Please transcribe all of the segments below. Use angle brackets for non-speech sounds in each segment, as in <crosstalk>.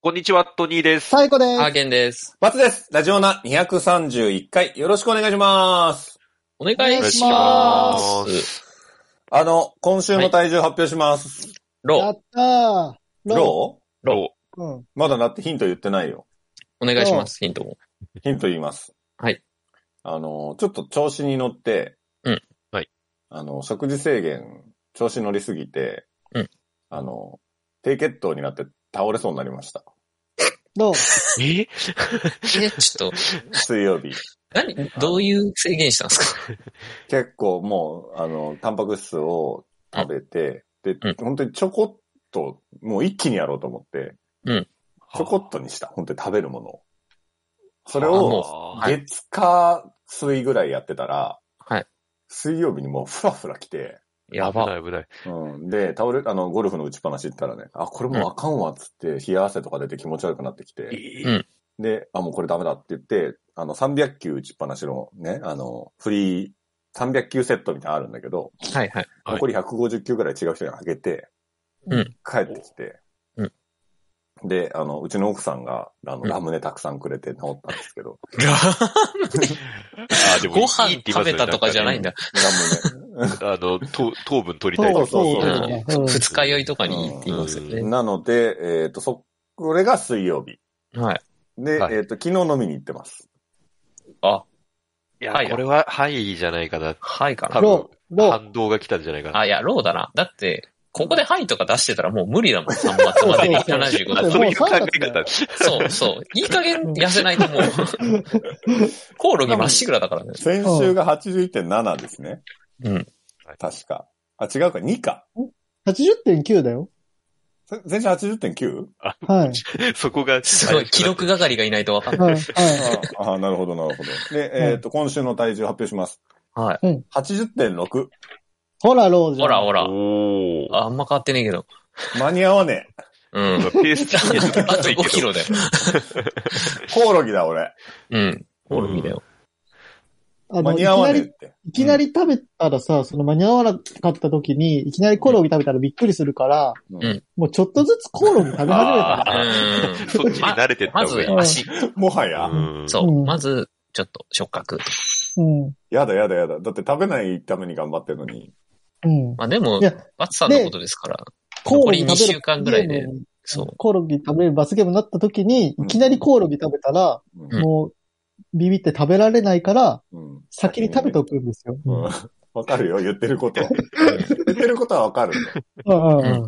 こんにちは、トニーです。最高でアーす。ゲンです。松です。ラジオナ231回、よろしくお願いします。お願お願いいししま。ますあの、今週の体重発表します。やロったー。ロローロー。うん。まだなってヒント言ってないよ。ー、お願いします、ヒントも。ヒント言います。はい。あの、ちょっと調子に乗って、うん。はい。あの、食事制限、調子乗りすぎて、うん。あの、低血糖になって倒れそうになりました。ロー。ー。ええ、ちょっと、水曜日。 <laughs> 何、どういう制限したんですか結構もう、あの、タンパク質を食べて、うで、本当にちょこっと、もう一気にやろうと思って、ちょこっとにした。本当に食べるものを。それあを、もはい月火水ぐらいやってたら、はい水曜日にもうふらふら来て、や危ば。ない危ない。うん、で、倒れ、あの、ゴルフの打ちっぱなし行ったらね、あ、これもうあかんわっつって、冷や汗とか出て気持ち悪くなってきて、うんで、あ、もうこれダメだって言って、あの、300球打ちっぱなしのね、あの、フリー、300球セットみたいなのあるんだけど、はいはい。はい残り150球ぐらい違う人にあげて、うん帰ってきて、うんで、あの、うちの奥さんが、あの、ラムネたくさんくれて治ったんですけど、あーでもご飯いいって言います食べねたとかじゃないんだ。ラムネ。あの、糖糖分取りたい。そうそううそうんんねふ二日酔いとかにいいって言いますよね。なので、えっ、と、そ、これが水曜日。はい。で、はいえっ、と、昨日飲みに行ってます。あ、いやはい、これは、はい、じゃないかな。はいか多な。分ロ、ロ反動が来たんじゃないかな。あ、いや、ローだな。だって、ここではいとか出してたらもう無理だもん、3月までに75そうだそとう。そういう考えもう三方。 <laughs> そうそう。いい加減痩せないともう、コオロギまっしぐらだからね。先週が81.7ですね。うん。確か。あ、違うか、2か。 80.9だよ。せ前週 80.9? はい。そこが、すごい、記録係がいないとわかんなはい。はああ、なるほど、なるほど。で、えっ、と、今週の体重発表します。い。はい。 80.6。い。ほら、ローじゃん。ほらほら。おー。あんま変わってねえけど。間に合わね <laughs> え。うん。ペース的にはちょっあとときついけど5キロだよ。コオロギだ、俺。うん。コオロギだよ。あの、間いきに合わなねえっり、て。いきなり食べたらさ、その間に合わなかった時に、いきなりコオロギ食べたらびっくりするから、んもうちょっとずつコオロギ食べ始めたあら、うん。そっちに慣れてったま方ずがいい。足。もはや。うんそうう。んまず、ちょっと触覚。うん。やだ、やだ、やだ。だって食べないために頑張ってるのに。うん。まあでもいや、バツさんのことですから。残り2週間ぐらいで。そう。コオロギ食べる罰ゲームになった時に、いきなりコオロギ食べたら、うんんもう、ビビって食べられないから、うん。先に食べておくんですよ。うんわかるよ、言ってること。言ってることはわかる。うんうんうんう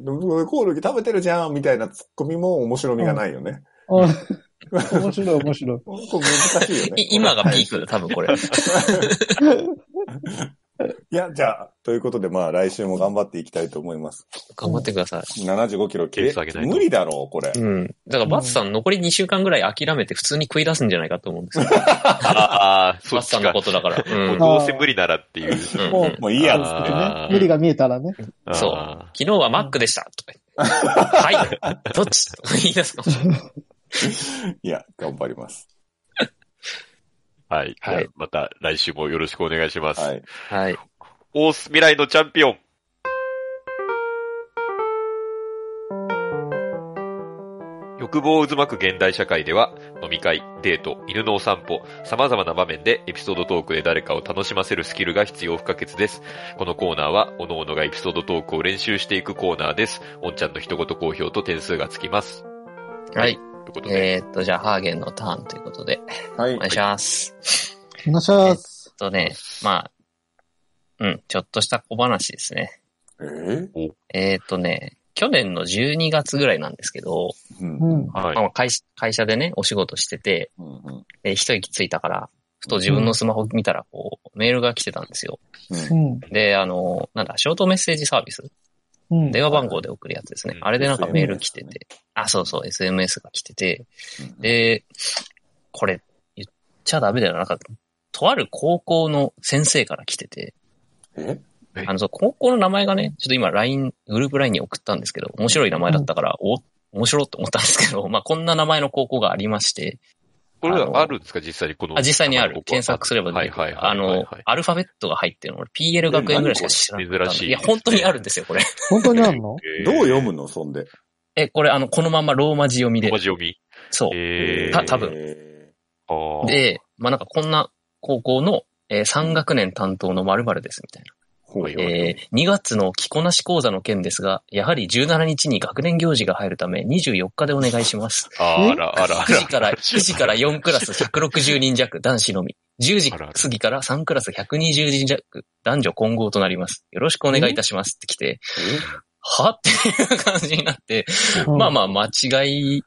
んでもコオロギ食べてるじゃんみたいなツッコミも面白みがないよね。うん面白い面白い。これ難しいよねい。今がピークだ、多分こ <laughs> れ。いや、じゃあ、ということで、まあ、来週も頑張っていきたいと思います。頑張ってくださ75キロペース上げないと無理だろう、これい。。うん。だから、バツさん残り2週間ぐらい諦めて普通に食い出すんじゃないかと思うんです <laughs> よ。ああ、そバっツさちんのかこ。とだから。 <laughs> うんもううんどうせ無理ならっていう。うんもうもういいやあーつってね。ね無理が見えたらね。そう。あ昨日はマックでした。とか言って。 <laughs> はい。どっちとか言い出すかもしれ <laughs> ない。いや、頑張ります。ーはい。はいじゃあまた来週もよろしくお願いします。はい。はい。オース未来のチャンピオン。欲望を渦巻く現代社会では、飲み会、デート、犬のお散歩、様々な場面でエピソードトークで誰かを楽しませるスキルが必要不可欠です。このコーナーは、各々がエピソードトークを練習していくコーナーです。おんちゃんの一言好評と点数がつきます。はい。ということで、えーっと、じゃあ、ハーゲンのターンということで、はいお願いします。お願いします。えっとね、まあ、うん、ちょっとした小話ですね。えーえーっとね、去年の12月ぐらいなんですけど、うんううんん。はい。まあ会社会社でね、お仕事してて、うんで一息ついたから、ふと自分のスマホ見たら、こう、メールが来てたんですよ。うん。で、あの、なんだ、ショートメッセージサービスうん。電話番号で送るやつですねう。んあれでなんかメール来て SMS て。あ、そうそう、SMS が来てて。うんで、これ、言っちゃダメだよな。なんか、とある高校の先生から来てて。えはいあの、そう、高校の名前がね、ちょっと今 LINE、グループ LINE に送ったんですけど、面白い名前だったから、お、面白いと思ったんですけど、 <laughs> まあ、こんな名前の高校がありまして、これあのはあるんですか実際にこの。あ、実際にある。ここ検索すればは出いてくはいはいる。あはいはいの、アルファベットが入ってるの、俺 PL 学園ぐらいしか知らなかったんで珍しいいや、本当にあるんですよ、これ。 <laughs> 本当にあんのえーどう読むの、そんで。え、これあの、このままローマ字読みで文。字読み。そう。えたー、多分えあー、で、まあ、なんかこんな高校の、えー3学年担当の〇〇ですみたいーな。えー2月の着こなし講座の件ですが、やはり17日に学年行事が入るため24日でお願いします。あーあら、あら、あ9時ら。から、9時から4クラス160人弱、男子のみ。10時あらあら過ぎから3クラス120人弱、男女混合となります。よろしくお願いいたしますって来て、はっていう感じになって、まあまあ間違い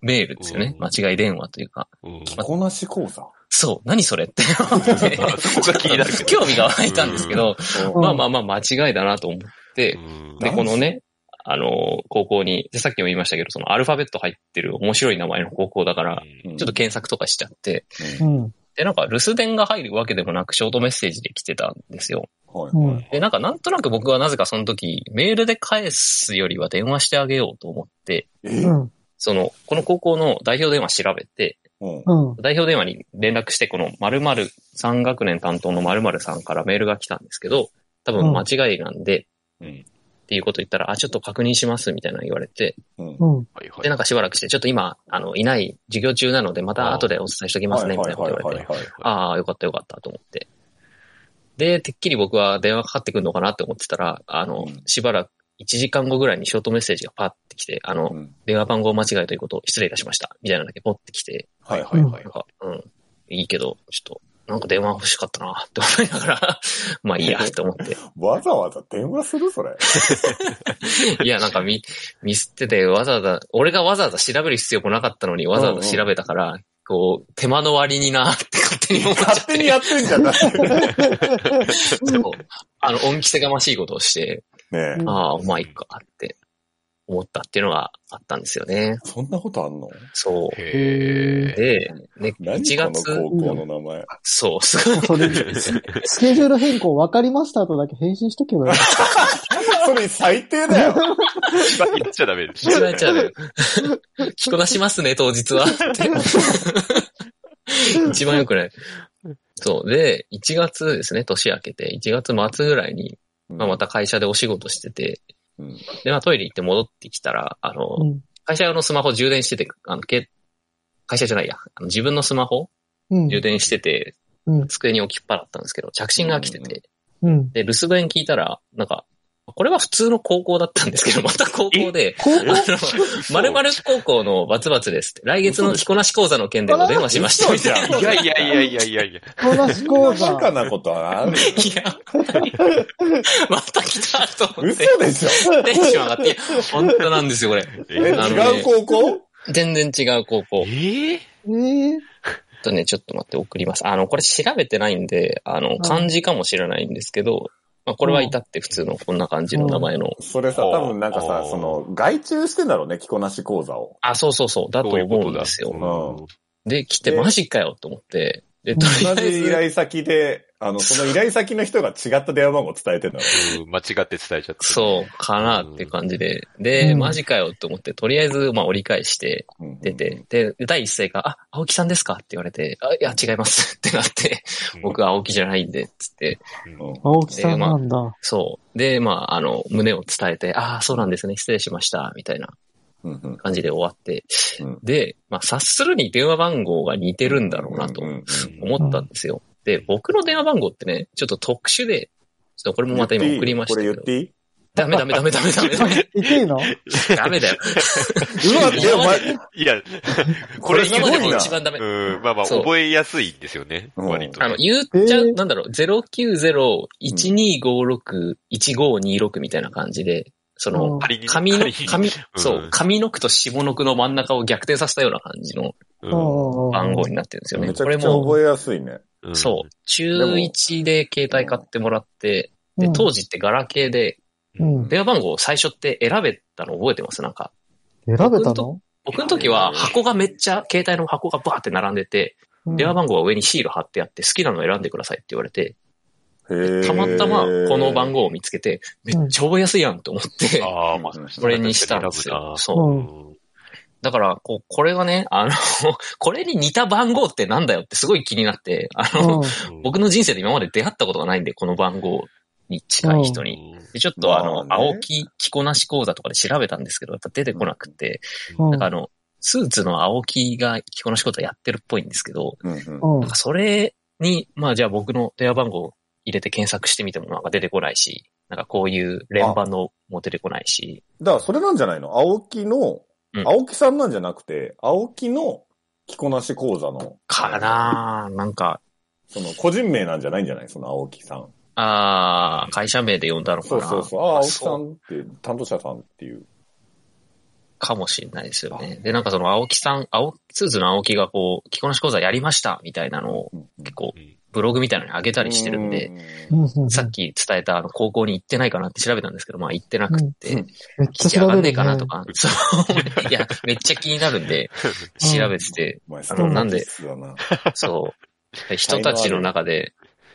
メールですよね。うん間違い電話というか。うん着こなし講座そう、何それって思ってまあそこが <laughs> 気になるけど。興味が湧いたんですけど、うんまあまあまあ間違いだなと思って、うんで、このね、あの、高校に、でさっきも言いましたけど、そのアルファベット入ってる面白い名前の高校だから、うちょちょっと検索とかしちゃって、うん。で、なんか留守電が入るわけでもなくショートメッセージで来てたんですよ。はいうんはいで、なんかなんとなく僕はなぜかその時、メールで返すよりは電話してあげようと思って、えうーん。その、この高校の代表電話調べて、うんうん。代表電話に連絡して、この〇〇、3学年担当の〇〇さんからメールが来たんですけど、多分間違いなんで、うんっていうこと言ったら、あ、ちょっと確認しますみたいなの言われて、うんうん。はいはいで、なんかしばらくして、ちょっと今、あの、いない、授業中なので、また後でお伝えしときますね、みはたいいなこと言わはいはれいて、はい。ああ、よかったよかったと思って。で、てっきり僕は電話かかってくるのかなって思ってたら、あのうん、しばらく、1時間後ぐらいにショートメッセージがパッて来て、あの、うん電話番号間違いということを失礼いたしました、みたいなのだけポッて来て、はいはいはなんか、うん、いいけど、ちょっと、なんか電話欲しかったなって思いながら、 <laughs> まあいいやって思って。 <laughs> い。わざわざ電話するそれ。いや、なんかミミスっててわざわざ、俺がわざわざ調べる必要もなかったのにわざわざ調べたから、こう、手間の割になって <laughs> 勝手に思っちゃっ勝手にやて、ってんじゃ <laughs> ん。だっ <laughs> てそうあの、恩着せがましいことをして、ねえうんああ、まあいいかって思ったっていうのがあったんですよね。そんなことあんのそへーう。で、ね、1何この月、高校の名前。そう、すごい。そ <laughs> れ、スケジュール変更分かりましたとだけ返信しとけばいい。それ最低だよ。言っちゃダメです。間違えち <laughs> <laughs> ゃうよ。着こなしますね、当日は。 <laughs> って一番良くない。そう。で、1月ですね、年明けて、1月末ぐらいに、まあ、また会社でお仕事してて、うんで、まあ、トイレ行って戻ってきたら、あの、うん。会社用のスマホ充電してて、あの、け会社じゃないや、あの自分のスマホうん。充電してて、うん。机に置きっぱだったんですけど、着信が来てて、うん。で、留守電聞いたら、なんか、これは普通の高校だったんですけど、また高校で、高校あの、〇〇高校のバツバツですって。来月の着こなし講座の件でお電話しました。みたいな。いやいやいやいやいやいや。こなしこ講んなバ座。カなことあいるや、また来たと思っ嘘て。でしょ <laughs> テンション上がって。いや本当なんですよ、これ。ええなるほど違う高校全然違う高校。えええとね、ちょっと待って、送ります。あの、これ調べてないんで、あの、漢字かもしれないんですけど、まあ、これはいたって普通のこんな感じの名前の。それさ、ほう多分なんかさほ、うその、外注してんだろうね、着こなし講 <laughs> 座を。あ、そうそうそう、だとそういうこ思うとんだ。ですよ。よで、来て、でマジかよと思って。で、とりあ同えじ依ず、頼先で、あの、その依頼先の人が違った電話番号伝えてんだろうん間違って伝えちゃった。そう、かなって感じで。で、うんマジかよって思って、とりあえず、まあ、折り返して、う。うん出。て、で、第一声が、あ、青木さんですかって言われて、あ、いや、違いますってなって、うん僕は青木じゃないんで、つって、うんうん青木さんなんだ。そう。で、まあ、あの、胸を伝えて、ああ、そうなんですね、失礼しました、みたいなうんうん感じで終わってうん、で、まあ、察するに電話番号が似てるんだろうなとうんうん思ったんですよ。で、僕の電話番号ってね、ちょっと特殊で、ちょっとこれもまた今送りましたけこれど言っ、ていいダメダメダメダメ <laughs> ダメダメ、いていいのダメだよ。 <laughs> うわ、でもお前、いや、ここれれ今すまごでいもな。一番ダメ。うん、まあまあ、そう覚えやすいんですよね、うん割と。あの、言っちゃえう、ーなんだろう、090-1256-1526みたいな感じで、その、仮にね紙の、紙、うんそう、上の句と下の句の真ん中を逆転させたような感じのうん番号になってるんですよね。めちゃこくれちゃも、覚えやすいね。うんそう、中1で携帯買ってもらって、で、当時ってガラケーで、うん。電話番号を最初って選べたの覚えてますなんか、選べたの僕の時は箱がめっちゃ、携帯の箱がバーって並んでて、電話番号は上にシール貼ってあって、好きなの選んでくださいって言われて、たまたまこの番号。号を見つけて、めっちゃ覚えやすいやんと思って、ああ、まあ、これにしたんです確かよ。にそう。う選ぶんな。うんだから、こう、これがね、あの、 <laughs> これに似た番号ってなんだよってすごい気になって、あの、うんうん僕の人生で今まで出会ったことがないんで、この番号。に近い人に。で、ちょっとあまあのね、青木着こなし講座とかで調べたんですけど、やっぱ出てこなくて、うん <laughs> なんかあの、スーツの青木が着こなし講座やってるっぽいんですけど、うんうんうんなんかそれに、まあじゃあ僕の電話番号入れて検索してみてもなんか出てこないし、なんかこういう連番のも出てこないし、だからそれなんじゃないの青木のう、ん青木さんなんじゃなくて、青木の着こなし講座の、かなーなんか、その個人名なんじゃないんじゃないその青木さん。あー会社名で呼んだのかそうなそうそう。ああ、ま青あ木さそうんって、担当者さんっていう。かもしれないですよね。で、なんかその青木さん、青木、スーツの青木がこう、着こなし講座やりましたみたいなのをうんうん結構うんブログみたいなのに上げたりしてるんで、。ううんんうんさっき伝えたあの高校に行ってないかなって調べたんですけど、まあ行ってなくって、うんめっちゃ気上調べがる、んねね。えかなとか、 <laughs> そう、いや、めっちゃ気になるんで、調べてて、お前、スあトーのリなんでー質だ <laughs> な。そう、人たちの中で、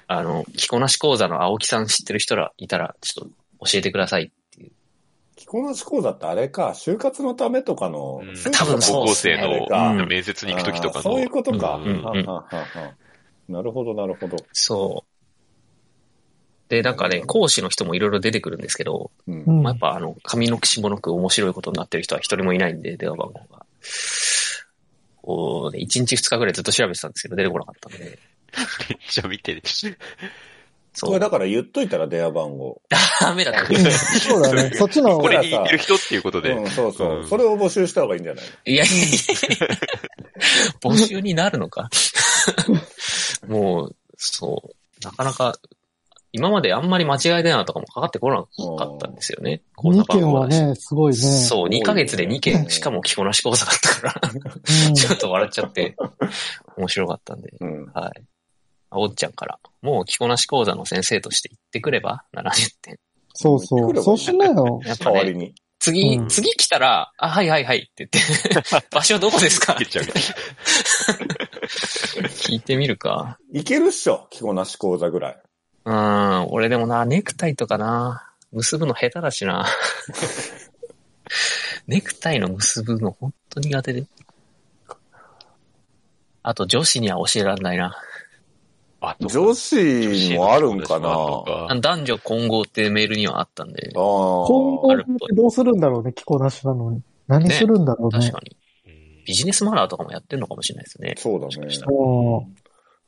あの、着こなし講座の青木さん知ってる人らいたら、ちょっと教えてください。着こなし講座ってあれか、就活のためとかのうん、就多活の分高そうっ校すね生あれかの面接に行くときとかあーの。そういうことか。うんはうんうんはははなるほど、なるほど。そう。で、なんかね、講師の人もいろいろ出てくるんですけど、うんうんまあ、やっぱあの、上のく下のく面白いことになってる人は一人もいないんで、電話番号が。こうね、1日2日ぐらいずっと調べてたんですけど、出てこなかったんで。めっちゃ見てる。そこれう。だから言っといたら電話番号。ダメだった。うんそうだね。そっちの方こがれに似てる人っていうことで。うん、そうそうう。んそれを募集した方がいいんじゃないいやいやいや募集になるのか。 <laughs> もう、そう。なかなか、今まであんまり間違い電話とかもかかってこなかったんですよね。こんな2番件号はだし。ね、すごいね。そう、2ヶ月で2多いよ件、ねしかも着こなし講座だった <laughs> から、うんちょっと笑っちゃって、面白かったんで。うん。はい。あおっちゃんから、もう着こなし講座の先生として行ってくれば ?70 点。そうそ。来ればいいうそうしなよ。やっぱ代わねり、に。次、うん次来たら、あ、はいはいはいって <laughs> 言って、 <laughs> 場所どこですかつけちゃうみたいな。聞いてみるか。いけるっしょ着こなし講座ぐらい。うん、俺でもな、ネクタイとかな、結ぶの下手だしな。 <laughs> ネクタイの結ぶの本当苦手で。あと女子には教えられないな。あと女子もあるんかな女子の友達もあるのか男女混合ってメールにはあったんで、ああ。今後ってどうするんだろうね、気候なしなのに。何するんだろうね。確かに。うんビジネスマナーとかもやってるのかもしれないですね。そうだもしねかし。たらそ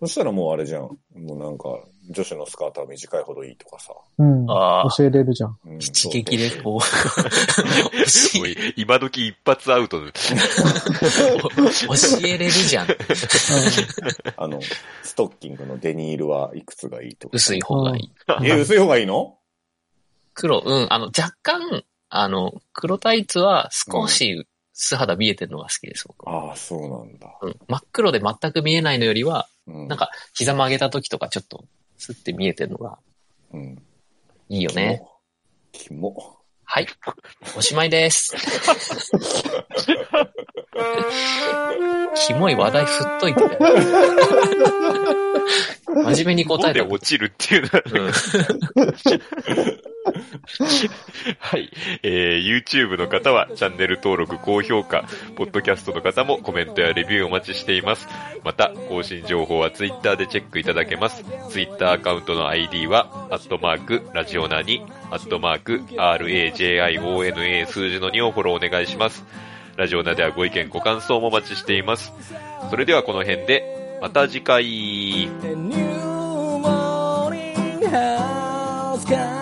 そしたらもうあれじゃん。もうなんか、女子のスカートは短いほどいいとかさ。う。うん。ああ、教えれるじゃ <laughs> ん。うん一撃でもこう、 <laughs> う教え今時一発アウトの。教えれるじゃん。あの、ストッキングのデニールはいくつがいいとか。薄い方がいい。え、薄い方がいいの黒、うん、あの、若干、あの、黒タイツは少し素肌見えてるのが好きです、僕は。ああ、そうなんだ。うん、真っ黒で全く見えないのよりは、うんなん、か、膝曲げた時とかちょっと、スッて見えてるのがうん。いいよね。キモ。はい。おしまいです。キモい話題振っといて。真面目に答答ええでた。落ちるっていうのはうん、はい。えー、YouTube の方はチャンネル登録、高評価、ポッドキャストの方もコメントやレビューお待ちしています。また、更新情報は Twitter でチェックいただけます。Twitter アカウントの ID は、アットマーク、ラジオナに、アットマーク、RAJIONA 数字の2をフォローお願いします。ラジオナではご意見、ご感想もお待ちしています。それではこの辺で、また次回。 A new morning has come